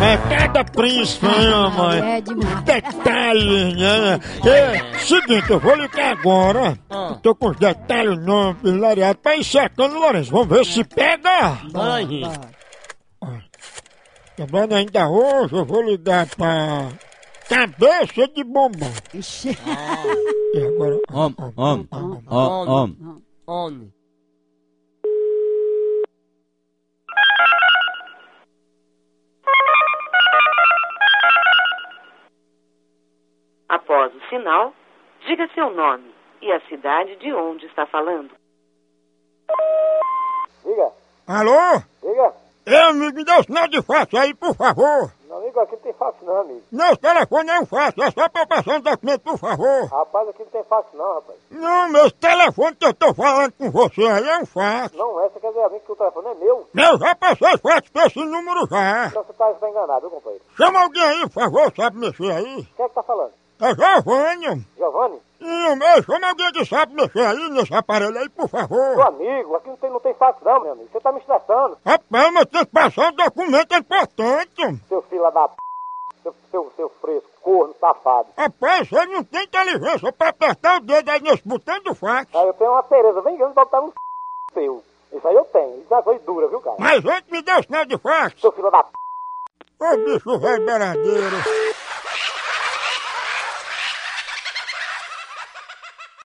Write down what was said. né? Cada princesa, É né? demais. Detalhes, né? É, seguinte, eu vou ligar agora. Tô com os detalhes não, pilariado. Pra ir secando, Lourenço. Vamos ver se pega. Bora, gente. Lembrando ainda hoje, eu vou ligar pra cabeça de bombom. Ixi. E agora. Om, om, om, om. Homem. Após o sinal, diga seu nome e a cidade de onde está falando. Diga, Alô? diga. Ei, amigo, me dá o sinal de fácil aí, por favor. Meu amigo, aqui não tem fácil não, amigo. Não, o telefone é um fácil, é só pra eu passar um documento, por favor. Rapaz, aqui não tem fácil não, rapaz. Não, meu telefone que eu tô falando com você aí é um fácil. Não é, você quer dizer a mim que o telefone é meu? Eu já passei os fatos pra esse número já. Então você tá, você tá enganado, viu, companheiro? Chama alguém aí, por favor, sabe mexer aí. Quem é que tá falando? É Giovanni. Giovanni? E o meu, chama alguém que sabe mexer aí nesse aparelho aí, por favor. Meu amigo, aqui não tem, não tem fácil não, meu amigo. Você tá me estressando, Rapaz, mas tem que passar um documento importante. seu filho da p... Seu, seu, seu fresco, corno, safado. Rapaz, você não tem inteligência pra apertar o dedo aí nesse botão do fax. Aí eu tenho uma Tereza bem grande pra botar no c... seu. Isso aí eu tenho. Isso é uma coisa dura, viu, cara? Mas antes me dá o sinal de fax. Seu filho da p... Ô bicho velho beradeiro.